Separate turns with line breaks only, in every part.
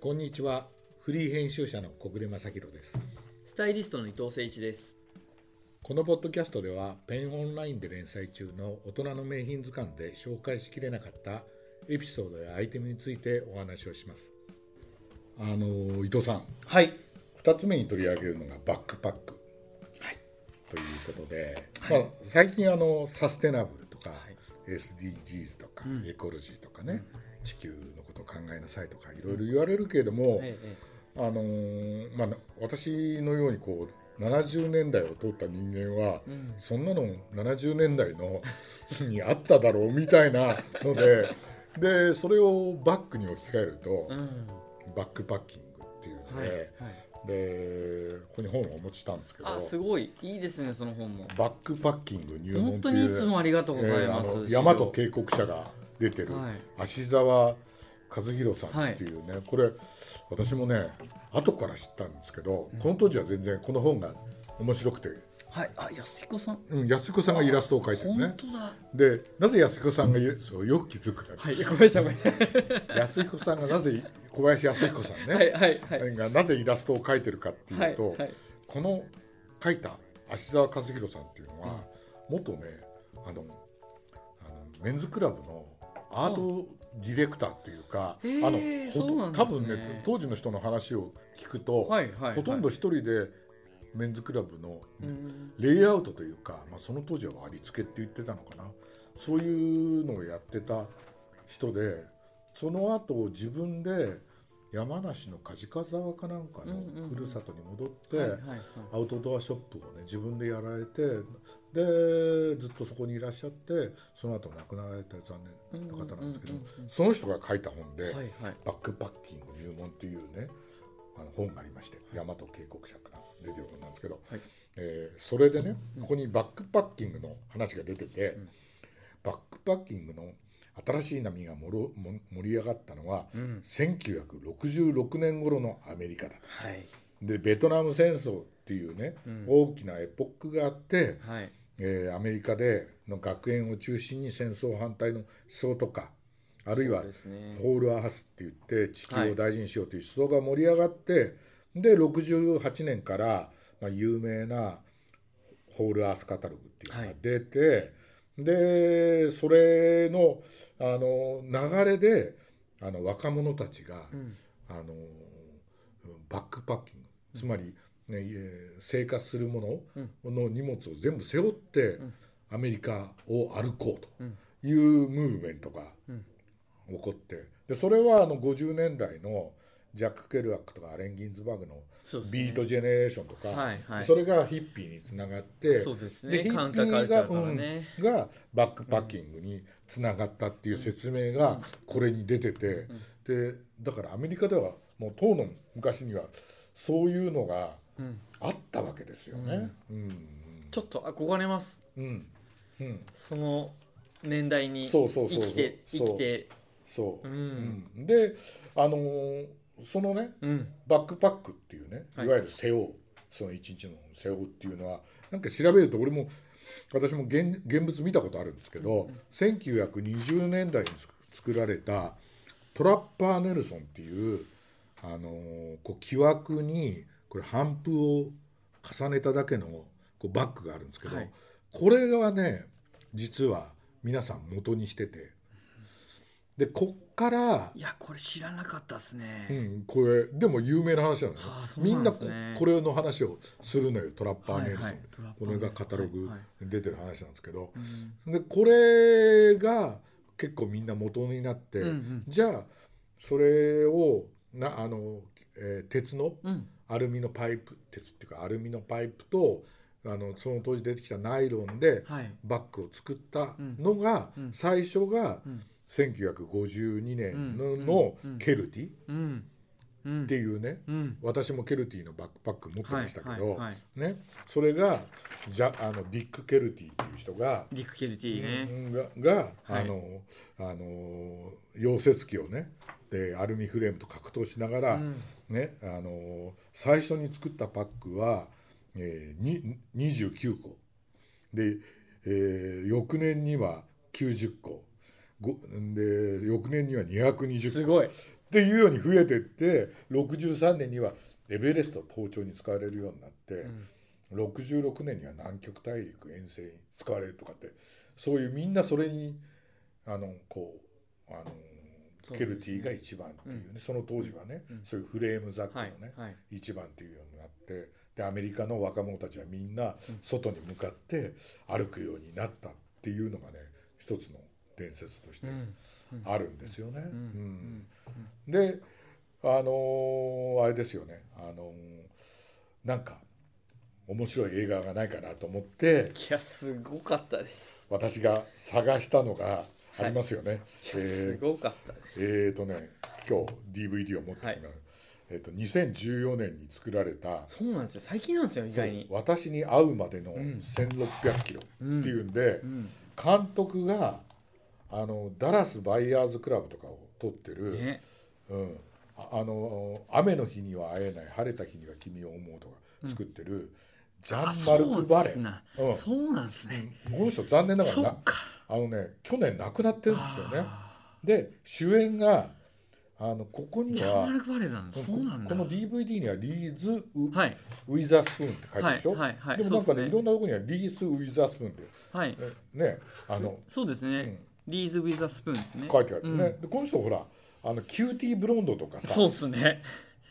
こんにちは。フリー編集者の小暮正弘です。
スタイリストの伊藤誠一です。
このポッドキャストでは、ペンオンラインで連載中の大人の名品図鑑で紹介しきれなかったエピソードやアイテムについてお話をします。あの伊藤さん、
はい。
2つ目に取り上げるのがバックパック
はい。
ということで、
はい
まあ、最近あのサステナブルとか、
い
SDGs とか、
うん
エコロジーとかね、地球のことを考えなさいとかいろいろ言われるけれども、
ええ
あのーまあ、私のようにこう70年代を通った人間は、
うん
そんなの70年代の にあっただろうみたいなの ででそれをバックに置き換えると、
うん。
バックパッキングっていうの
はい。
で,、でここに本をお持ちしたんですけど
あ、すごい。いいですね、その本も。
バックパッキング入門
本
って
当
い
に
う
いつもありがとうございま
えーあ
す
の。大和警告者が出てる、
はい
芦沢和弘さんっていうね、これ私もね後から知ったんですけど、この当時は全然この本が面白くて、
はい。あ、安彦さん。
うん、安子さんがイラストを描いてる
本
ね
当だ。
でなぜ安子さんがいそうよく気づくね、
はい。ごめんなさい。ごめんな さい。
安彦さんがなぜ小林安彦さんね、
はい。はい。はい。
がなぜイラストを描いてるかっていうと、
はいはい
この描いた芦沢和弘さんっていうのは、元ねあのあのメンズクラブのアートディレクターっていうか、
へー
あの
そうなんで
多
すね
分ね当時の人の話を聞くと、
はいはいはい
ほとんど一人でメンズクラブの
うん
レイアウトというか、まあ、その当時は割り付けって言ってたのかなそういうのをやってた人でその後自分で山梨の梶川沢かなんか
うんうんう
の
ん
ふるさとに戻って、
はい。はい。はい。
アウトドアショップをね自分でやられてでずっとそこにいらっしゃってその後亡くなられた残念な方なんですけど、
うんうんうんうん
その人が書いた本で、
はい。はい。
バックパッキング入門っていうねあの本がありまして大和警告者から出てる本なんですけど、
はい
えーそれでねここにバックパッキングの話が出てて、
ん
バックパッキングの新しい波がもろも盛り上がったのは、
うん
1966年頃のアメリカだ
はい。
でベトナム戦争っていうね、
うん
大きなエポックがあって、
はい。
えーアメリカでの学園を中心に戦争反対の思想とかあるいは
そうですね。
ホールアースって言って地球を大事にしようという思想が盛り上がって、で68年から、まあ、有名なホールアースカタログっていうのが出て、でそれのあの流れであの若者たちが、
うん。
あのバックパッキングつまり、ねえー生活するものの荷物を全部背負って、
ん
アメリカを歩こう
うん
というムーブメントが
うん
起こってでそれはあの50年代のジャック・ケルアックとかアレン・ギンズバーグの
そうですね
ビート・ジェネレーションとか、
はい。はい。
それがヒッピーにつながって
そうです
で
ね。
ヒ
カ
ッ
ウン
ピ
ターカルチャー
ー
か
が,、
らね。
うん、がバックパッキングにつながったっていう説明がこれに出てて、でだからアメリカではもう当の昔にはそういうのが
うん。
あったわけですよね。うん
ちょっと憧れます。
うんうん、
その年代に
そ
生
うそうそうそう
きて生きて
そう、
うん
うんであのーそのね
うん
バックパックっていうね
はい
いわゆる背負う、その一日の背負うっていうのはなんか調べると俺も私も現現物見たことあるんですけど、1920年代に作作られたトラッパー・ネルソンっていう、あのーこう木枠にこれ帆布を重ねただけのこうバッグがあるんですけど、
はい
これがね実は皆さん元にしててでこっから
いやこれ知らなかったっす
う
ね、
ん、これでも有名な話なのよ、
はあそう
みん
なん
な
で
こ
すね
これの話をするのよトラッパー
は
ネ
い
ルソン、
はいトラッパ
こ
ーネ
れ
ルソン
がカタログ
はい
に出てる話なんですけど、
うん
でこれが結構みんな元になって、
うんうん
じゃあそれをなあの、えー鉄の
うん
アルミのパイプ鉄っていうかアルミのパイプとあのその当時出てきたナイロンで
はい
バッグを作ったのが、
うんうん
最初が
うん
1952年の,、
うんうん
ケルティ。
うんうん
っていうね
うん
私もケルティのバックパック持ってましたけど、
はいはいはい
ね、それがじゃあのディック・ケルティっていう人が
ディック・ケルティね、
うんがが
は
あ
い
のあの溶接機をねでアルミフレームと格闘しながら、
うん
ね、あの最初に作ったパックは、えーに29個で、えー翌年には90個ごで翌年には220個
すごい
っていうように増えてって63年にはエベレスト登頂に使われるようになって、66年には南極大陸遠征に使われるとかってそういうみんなそれにあのこうあ
そう
の
です
ケ
ね
ルティが一番っていうね、その当時はね、
うん
そういうフレームザックの
は
ね
い、はい
一番っていうようになってでアメリカの若者たちはみんな外に向かって歩くようになったっていうのがね一つの伝説として
うん
あるんですよね。
うん
うんであのーあれですよね、あのーなんか面白い映画がないかなと思って
いやすごかったです
私が探したのがありますよね。
いやすごかったです、
えーとね今日 DVD を持ってきま
は
す
い
えー、と2014年に作られた
そうなんですよ最近なんですよ意外に
私に会うまでの
ん
1600キロっていうんで、
ん
監督があのダラスバイヤーズクラブとかを撮ってる、
ね
うん、ああの雨の日には会えない晴れた日には君を思うとか作ってる、ジャ
あ
ンマル
そう
ク・バレー
ですな、
うん
そうなんですね、
この人残念ながら
そ
な
っか
あのね去年亡くなってるんですよね。
あ
で主演があのここ
ー
に
ジャンマ
は
ルクバレーなんだ
こ
そうなんだ
この DVD にはリーズ・ウ,、
はい
ィザースプーンって書いてある
はい
でしょ、
はいはい
でもなんか
そう
ね
です
いろんなとこにはリース・ウィザースプーンって
はい
えねあの
そうですね、リーズ・ウィザースプーンですね
書いてあるね、
うん
でこの人ほらあのキューティーブロンドとかさ
そうですね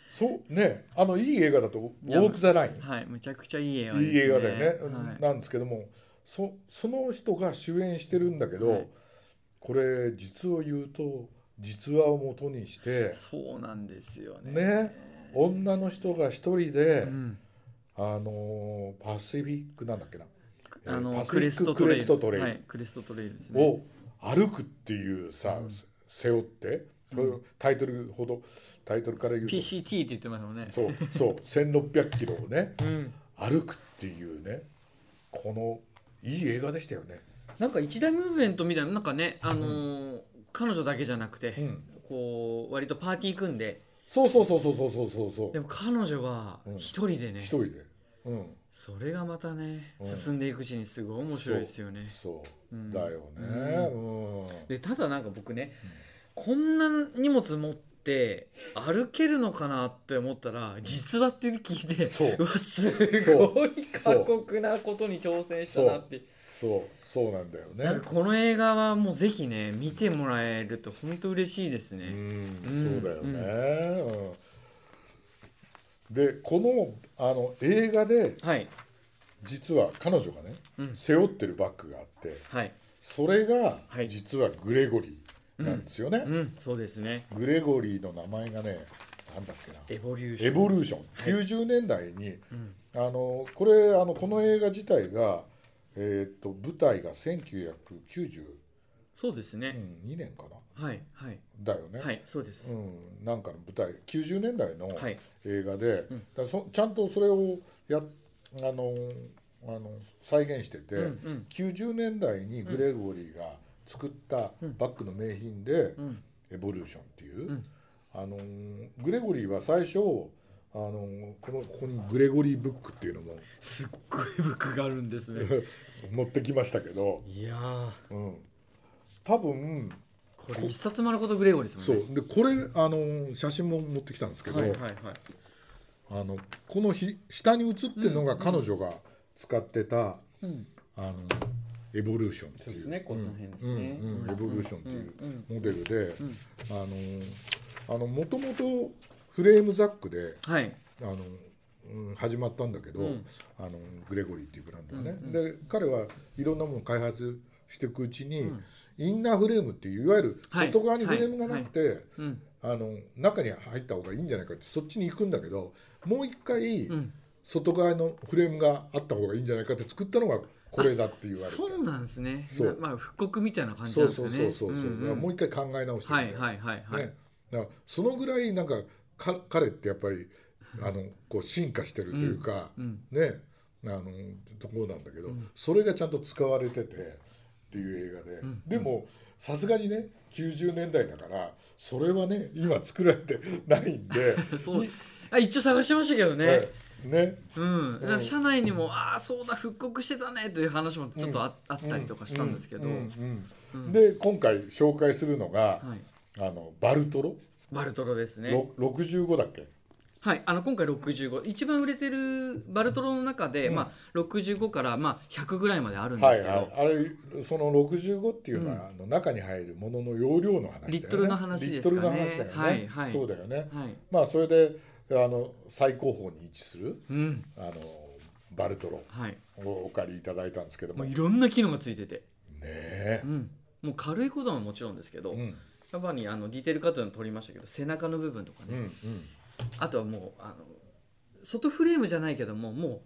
そうねあのいい映画だと「ウ
いや
ォーク・ザ・ライン」
はいむちゃくちゃいい映画ですね
いい映画だよね、うん
はい
なんですけどもそその人が主演してるんだけど、
はい
これ実を言うと実話を元にして
そうなんですよね
ね女の人が一人で、
うん、
あのーパシフィックなんだっけな、えー
あの
パシ
ク
フィ
レ
ッ
ス
ク
トト
ク
レ
レ
イ
ス
ル
トトレイル
はい、クレストトレイルですね
を歩くっていうさ、背負ってそれをタイトルほどタイトルから言うと
PCT って言ってましたもんね
そうそう1600キロをね
うん、
歩くっていうねこのいい映画でしたよね。
なんか一大ムーブメントみたいななんかね、あのー彼女だけじゃなくて、
うん
こう割とパーティー組んで
そうそうそうそうそうそうそうそう
でも彼女は
うん
一人でね、
一人で、うん、
それがまたね、
うん
進んでいくうちにすごい面白いですよね
そう、
うん
だよね、うん
でただなんか僕ね、こんな荷物持って歩けるのかなって思ったら実話って聞いて
そう
わすごい過酷なことに挑戦したなって
そうそうなんだよね
なんかこの映画はもうぜひね見てもらえると本当嬉しいです
う
ね、
ん、
うん
そうだよね、うんでこのあの映画で
はい
実は彼女がね、
うん
背負ってるバッグがあって
はい
それが
はい
実はグレゴリーなんですよね、
うんそうですね
グレゴリーの名前がねなんだっけな
エボリューション
エボリューション、90年代に、あのこれあのこの映画自体が、えー、と舞台が1992
そうですね、
年かな
はいはい
だよね、
はいそうです、
うん、なんかの舞台90年代の
はい
映画で、だからそちゃんとそれをやっあのあの再現してて、
うんうん
90年代にグレゴリーが作ったバッグの名品で、
ん
エボリューションっていう、
ん
あのーグレゴリーは最初あのーこのここにグレゴリーブックっていうのも
すっごいブックがあるんです ね
持ってきましたけど、
いやー
うん、多分
これ一冊丸ごとグレーゴリーです
そ
も
うんで
ね
これあのー写真も持ってきたんですけど、
はいはいはい
あのこのひ下に写ってるのが彼女が使ってた、
うん
あのエボリューションって
そ
い
うで
う
すねこの辺ですね
うんうんエボリューションっていう
うん
モデルで、あのーあのもともとフレームザックで
はい
あの、うん、始まったんだけど、
うん
あのグレゴリーっていうブランドがね、で彼はいろんなものを開発していくうちに、インナーフレームっていういわゆる
はい
外側にフレームがなくて、
うん
あの中に入った方がいいんじゃないかってそっちに行くんだけどもう一回、
ん
外側のフレームがあった方がいいんじゃないかって作ったのがこれだって言われて
そうなんですね
そう
まあ復刻みたいな感じ
そ
なん
う
です
そうそうそ
かね
うそう、
んん
もう一回考え直してみ
は
た
いはいはいはい、
ね、だからそのぐらいなんかか彼ってやっぱりあのこう進化してるというか、ねあのところなんだけど、それがちゃんと使われててっていう映画で、でもさすがにね90年代だからそれはね今作られて ないん で
そう
い
あ一応探してましたけどね、
はいね
うん、だから社内にも、ああそうだ復刻してたねという話もちょっとあ,、あったりとかしたんですけど、
うんうんで今回紹介するのが、
はい
あのバルトロ
バルトロですね
ろ65だっけ
はい、あの今回65一番売れてるバルトロの中で、まあ、65から、まあ、100ぐらいまであるんで
は
す
い
けど、
はいあれその65っていうのは、あの中に入るものの容量の話だよね
リットルの話ですか
リットル
ね
の話だよね、
はいはい
そうだよね
はい
まあそれであの最高峰に位置する
うん
あのバルトロ
はい、
をお借りいただいたんですけども
もうい
ね
ろんな機能がついてて、
え
う、ん、もう軽いことはもちろんですけど、
うんうん
やっぱりあのディテールカットの撮りましたけど背中の部分とかね、
うん
あとはもうあの外フレームじゃないけどもも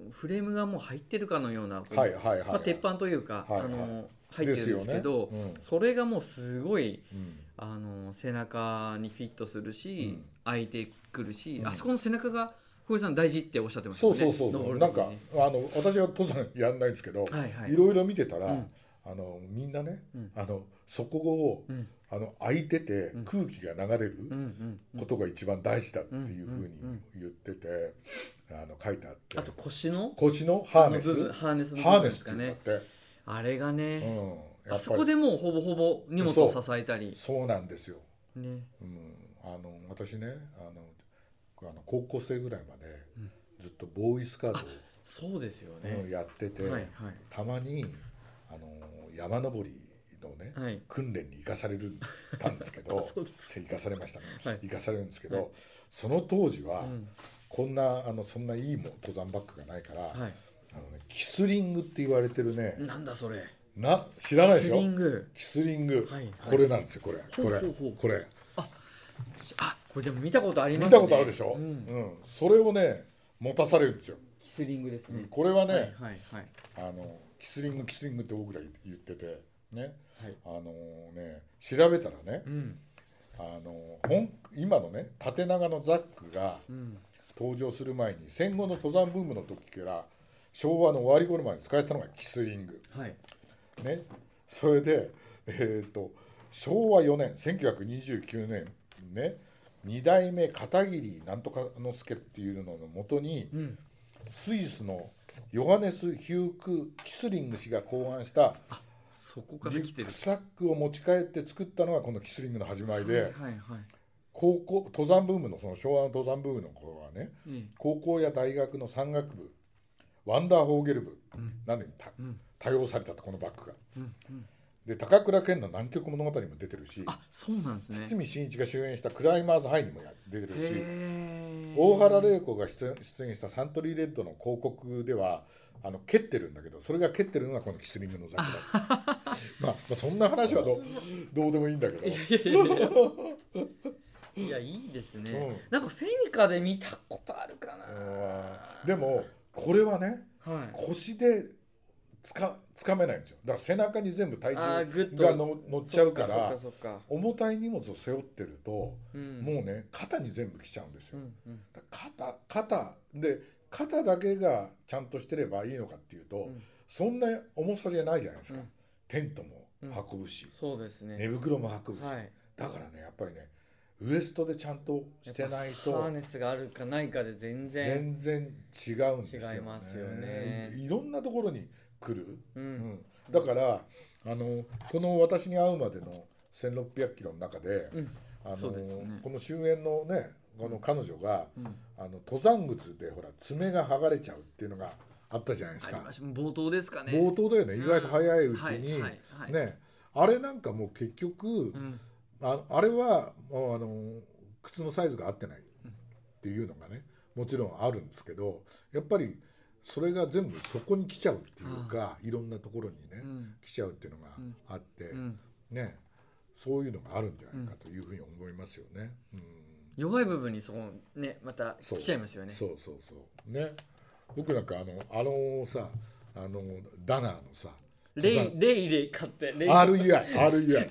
うフレームがもう入ってるかのような、
はいはいはい、はい
まあ、鉄板というか、
はいはい
あの入ってるんですけど
ですよねうん
それがもうすごい
うん
あの背中にフィットするし、
うん
開いてくるし、
うん
あそこの背中が小池さん大事っておっしゃってました
そう
よね。
そうそうそう、
登る
なん
時
か
に
あの私は登山やんないんですけど、
はいはい
いろいろ見てたら、
うん
あのみんなね、
うん
あのそこを、
うん
あの空いてて
うん
空気が流れ
うんう
る
んうん
ことが一番大事だっていうふうに
うんうん
言ってて、あの書いてあって
あと腰の
腰のハーネ
あの部分
ス
ハーネスの部
ハー
分
ネ
で
ス
す
って
か
いうんだっ
ね
て、
あれが
うん
ね、
やっぱり
あそこでもうほぼほぼ荷物を支えたり
そうなんですよ、
ね
うん、あの私ねあのあの高校生ぐらいまでずっとボーイスカート
そうですよ
をう
ね
んやってて、
はいはい
たまにあの山登りのね、
はい
訓練に生かされるたんですけど
そうで
生かされましたね、
はい
生かされるんですけど、
はい
その当時は、
うん
こんなあのそんないいも登山バッグがないから、
はい
あのね、キスリングって言われてるね、
なんだそれ
な知らないで
ス
し
リン
ょ
グ
キスリング、
はいはい
これなんですよこれ
ほう
これ
ほうほう
これ
あこれでも見たことありま
見
すね
たことあるでしょ、う
う
ん
ん
それをね持たされるんですよ、
キスリングですね
これはね、
はいはいはい
あのキスリングキスリングって僕ら言っててね
はい
あのね調べたらね、
うん
あの本今のね縦長のザックが
うん
登場する前に戦後の登山ブームの時から昭和の終わり頃まで使えてたのがキスリング
はい
ねそれでえっ、と昭和4年1929年ね2代目片桐なんとかの助っていうののもとに
うん
スイスのヨハネス・ヒューク・キスリング氏が考案した
そこから
リュ
来て
ッ
る
クサックを持ち帰って作ったのがこのキスリングの始まりで、
はいはいはい
高校登山ブームのその昭和の登山ブームの頃はね
え
高校や大学の山岳部ワンダーホーゲル部、などにた
ん
多用されたとこのバッグが。
えうんうん
で高倉健の南極物語にも出てるし
あそうなんですね
堤真一が主演した「クライマーズハイ」にもや出てるし
へえ
大原玲子が出演出演したサントリーレッドの広告ではあの蹴ってるんだけどそれが蹴ってるのがこのキスリングのザク だまあ、まあそんな話はどうどうでもいいんだけど
いやいいですね、
うん
なんかフェニカで見たことあるか
うん
な
でもこれはね
はい
腰でつかつかめないんですよだから背中に全部体
あ
重
ーグッと
がの乗っちゃうから
そっかそっかそっか
重たい荷物を背負ってると、
うん
もうね肩に全部来ちゃうんです
う
よ、
んうん
だから肩肩で肩だけがちゃんとしてればいいのかっていうと、
ん
そんな重さじゃないじゃないですか、
うん
テントも運ぶし、
そうですね
寝袋も運ぶし、
はい
だからねやっぱりねウエストでちゃんとしてないと
ハーネスがあるかないかで全然
全然違うんですよ、ね、
違いますよね
いろんなところに来る、
う
うんん、だからあのこの私に会うまでの1600キロの中で、
うん
あ
そ
の
うですね
この終焉のねこの彼女が、
うん
あの登山靴でほら爪が剥がれちゃうっていうのがあったじゃないです
あ
か、
りました冒頭ですかね
冒頭だよね
うん
意外と早いうちに、
はいはいはい
ねあれなんかもう結局、
うん
ああれはもうあの靴のサイズが合ってないっていうのがねもちろんあるんですけどやっぱりそれが全部そこに来ちゃうっていうかいろんなところにね、
うん
来ちゃうっていうのがあって、
うん
ねそういうのがあるんじゃないかというふうに思いますよね。うん
弱い部分にそこねまた来ちゃいますよね
そうそうそうね僕なんかあのあのさあのダナーのさ
レイレイレイ買ってレ
REI
イ
REI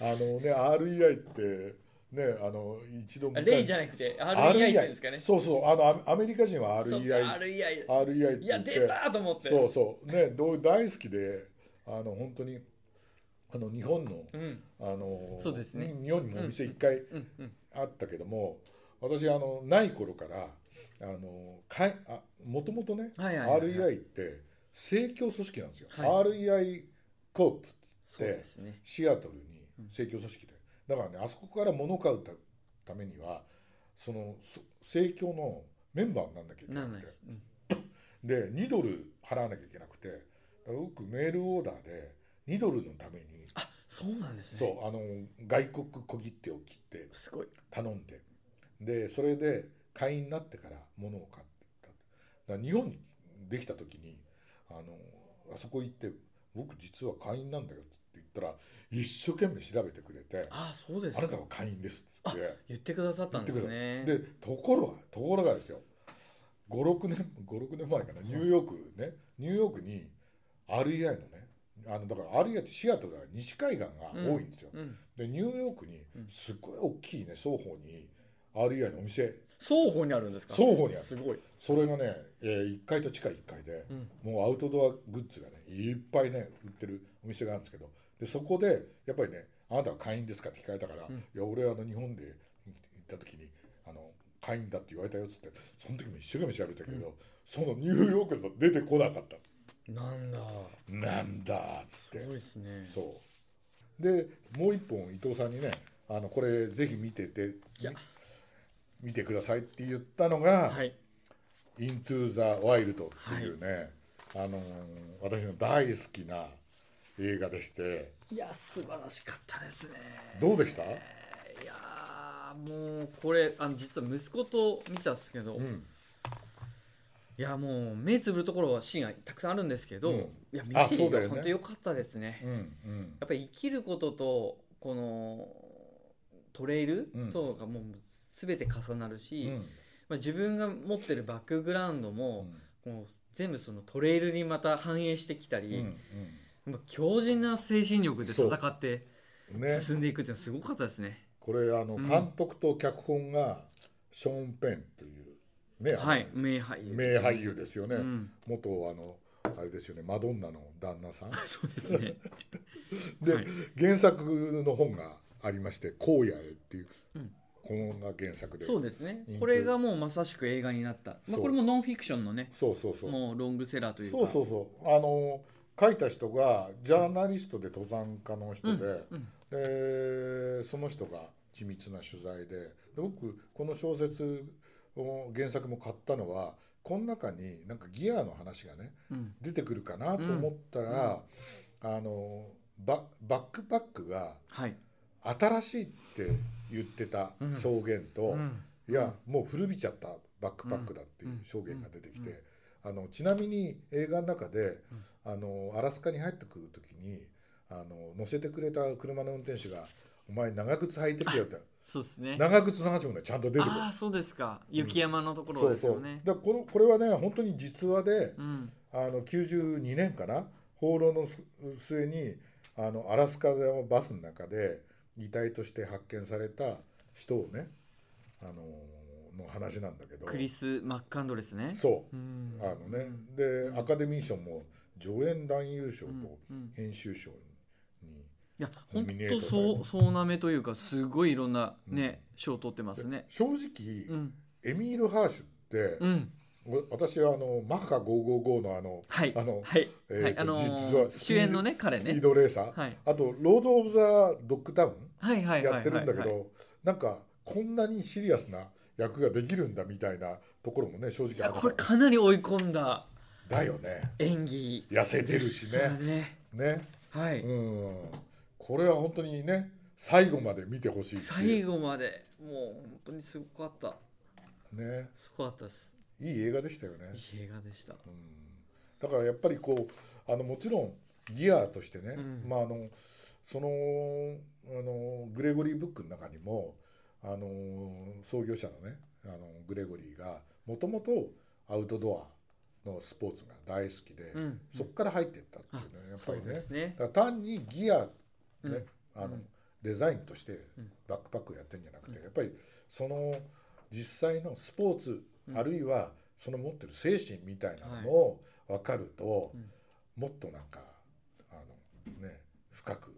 あのね REI ってねあの一度
あレイじゃなくて REI って言うんですかね
そうそうあのアアメリカ人は
そっ
REI
か REI
REI って
い
言
や
って
出たーと思って
そうそうねどう大好きであの本当にあの日本の、
うん
あの
そうですね
日本にもお店一回
うんうん
あったけども、私あのない頃からあのかいあもともとね、
はいはいはいは
REI
い
って政教組織なんですよ、
は
REI コープっつって
そうですね
シアトルに政教組織でだからねあそこから物を買うたためにはそのそ政教のメンバーにならなきゃいけ
な
なんく
ない
て
です、うん
で2ドル払わなきゃいけなくてだから僕メールオーダーで2ドルのために
あそうなんですね
そうあの外国小切手を切って
すごい
頼んででそれで会員になってから物を買ってただから日本にできた時にあのあそこ行って「僕実は会員なんだよ」っつって言ったら一生懸命調べてくれて「
あそうです
あ
か
なたは会員です」っつって
言ってくださった
言っ
ん
て
で
くれ
す
たで
ね
ところがところがですよ56年56年前かなニューヨークねニューヨークに REI のねあのだから REI ってシアトルが西海岸が多いんですよ、
うん、
でニューヨークにすごい大きいね双方に REI のお店
双方にあるんですか
双方にある
すごい
それがね、え1階と地下1階で、
うん
もうアウトドアグッズがねいっぱいね売ってるお店があるんですけどでそこでやっぱりね「あなたは会員ですか?」って聞かれたから「
うん
いや俺あの日本で行った時にあの会員だって言われたよ」っつってその時も一生懸命調べたけど、そのニューヨークの出てこなかった
なんだ
「なんだ」っつって
すごいですね
そうでもう一本伊藤さんにねあのこれぜひ見てて
いや
見てくださいって言ったのが
はい
「Into the Wild」っていうね、あのー私の大好きな映画でして
いや素晴らしかったですね
どうでした、
いやーもうこれあの実は息子と見たんですけど、
うん、
いやもう目つぶるところはシーンがたくさんあるんですけど、
うん
いや見
あ
て
そうだよね
本当良かったですね、
うんうん
やっぱり生きることとこのトレイル
うん
とがもう全て重なるし、
うん
まあ、自分が持ってるバックグラウンド
う
も,、
ん
もう全部そのトレイルにまた反映してきた
う
り、
ん
もう強靭な精神力で戦って
うんね
進んでいくっていうのはすごかったですね。
これあの
うん
監督と脚本がショーン・ペンというね、あの
はい、名俳優
名
ですね
俳優ですよね、
うん、
元あのあれですよねマドンナの旦那さん
そうですね。
で、
はい
原作の本がありまして「荒野へ」っていう、
うん
このが原作で
そうですね
イン。ト
これがもうまさしく映画になった。
そ
ま
う
あ、これもノンフィクションのね、
そうそうそう
もうロングセラーというか。
そうそうそうあの書いた人がジャーナリストで登山家の人で、
うん
でその人が緻密な取材でで僕この小説を原作も買ったのはこの中になんかギアの話がね
うん
出てくるかなと思ったら、あのババックパックが
はい。
新しいって言ってた
うん
証言と、
うん
いやもう古びちゃったバックパックだっていう証言が出てきて、あのちなみに映画の中で、あのアラスカに入ってくる時にあの乗せてくれた車の運転手が「お前長靴履いてきよ」って
そうですね。
長靴の話もねちゃんと出てくる
ああ、そうですか。雪山のところですよね。
だからこのこれはね本当に実話で
うん。
あの92年かな放浪のす末にあのアラスカのバスの中で遺体として発見された人をねあのの話なんだけど
クリス・マッカンドレスね。
そううんあのね、でアカデミー賞も助演男優賞と
うん
編集賞に、
いや、
ノ
本
ミネート
当
され
そう、そうなめというか、すごいいろんなね、賞、を取ってま
です
ね。
正直、
うん。
エミール・ハーシュって、
うん。
お私はあのマッハ555のあの、
はい。
あの
はい。
えーと
はい。あの
実は
ー、
スピー
主演のね、彼
スピー
ね。
ドレーサー、
はい。
あとロード・オブ・ザ・ドッグタウン
はいはいはい。
やってるんだけ
はい。
どなんかこんなにシリアスな役ができるんだみたいなところもね正直
いや、
あ
これ
る
かなり追い込んだ
だよね
演技。
痩せて
で
るし
した
ね
ね。
ね、
は
う
い。
ん、これは本当にね最後まで見てほしいってい
最
う
後まで、もう本当にすごかった。
ね
すごかったです。
いい映画でしたよね
い、い映画でした。
うん、だからやっぱりこうあのもちろんギアとしてね、
うん
まああのそのあのグレゴリー・ブックの中にもあの創業者のねあのグレゴリーがもともとアウトドアのスポーツが大好きで、
うん。
そこから入っていったっていうねやっぱ
そう
りね
ですね。
だから単にギア、ね
うん
あの
うん
デザインとして
うん
バックパックをやってるんじゃなくて、やっぱりその実際のスポーツ、
うん
あるいはその持ってる精神みたいなのを分かると、
うん
もっとなんかあの、ね、深く、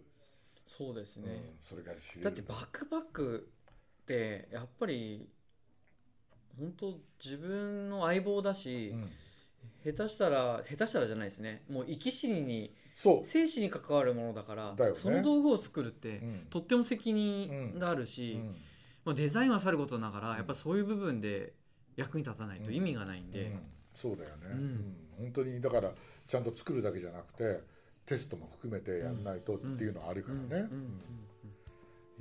そうです
うん
ね。
それが知れ
だって
る
バックパックってやっぱり本当自分の相棒だし、
うん
下手したら下手したらじゃないですねもう生き死にに
そ
生死に関わるものだから
だよね
その道具を作るって、
うん
とっても責任がある
う、
し、
うん
まあ、デザインはさることながら
ん
やっぱそういう部分で役に立たないと意味がないん
う
で、
んそうだよね、
うん
うん本当にだからちゃんと作るだけじゃなくてテストも含めてやんないとっていうのはあるからね、
うん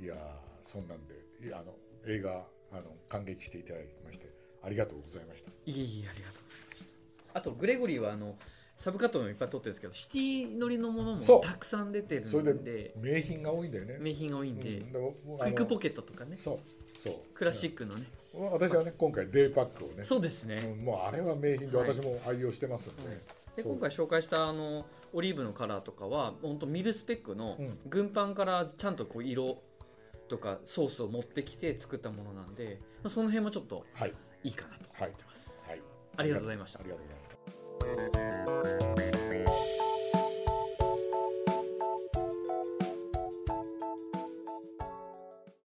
うん
いやーそんなんでいやあの映画あの感激していただきましてありがとうございました
いえいえありがとうございましたあとグレゴリーはあのサブカットもいっぱい撮ってるんですけどシティ乗りのもの
そ
も
う
たくさん出てる
それ
ん
で
で
名品が多いんだよね
名品が多いんで、
うんでももう
クイックポ
ケ
ケットとかね
そうそう
クラシックのね、
うん私はね今回デイパックをね
そうですね、
うんもうあれは名品で
はい
私も愛用してますんで、
はいで
そう
今回紹介したあのオリーブのカラーとかは本当ミルスペックの
うん
軍パンからちゃんとこう色とかソースを持ってきて作ったものなんで、まあ、その辺もちょっと
はい
いいかなと思ってます、
はい
ありがとうございました
ありがとうございました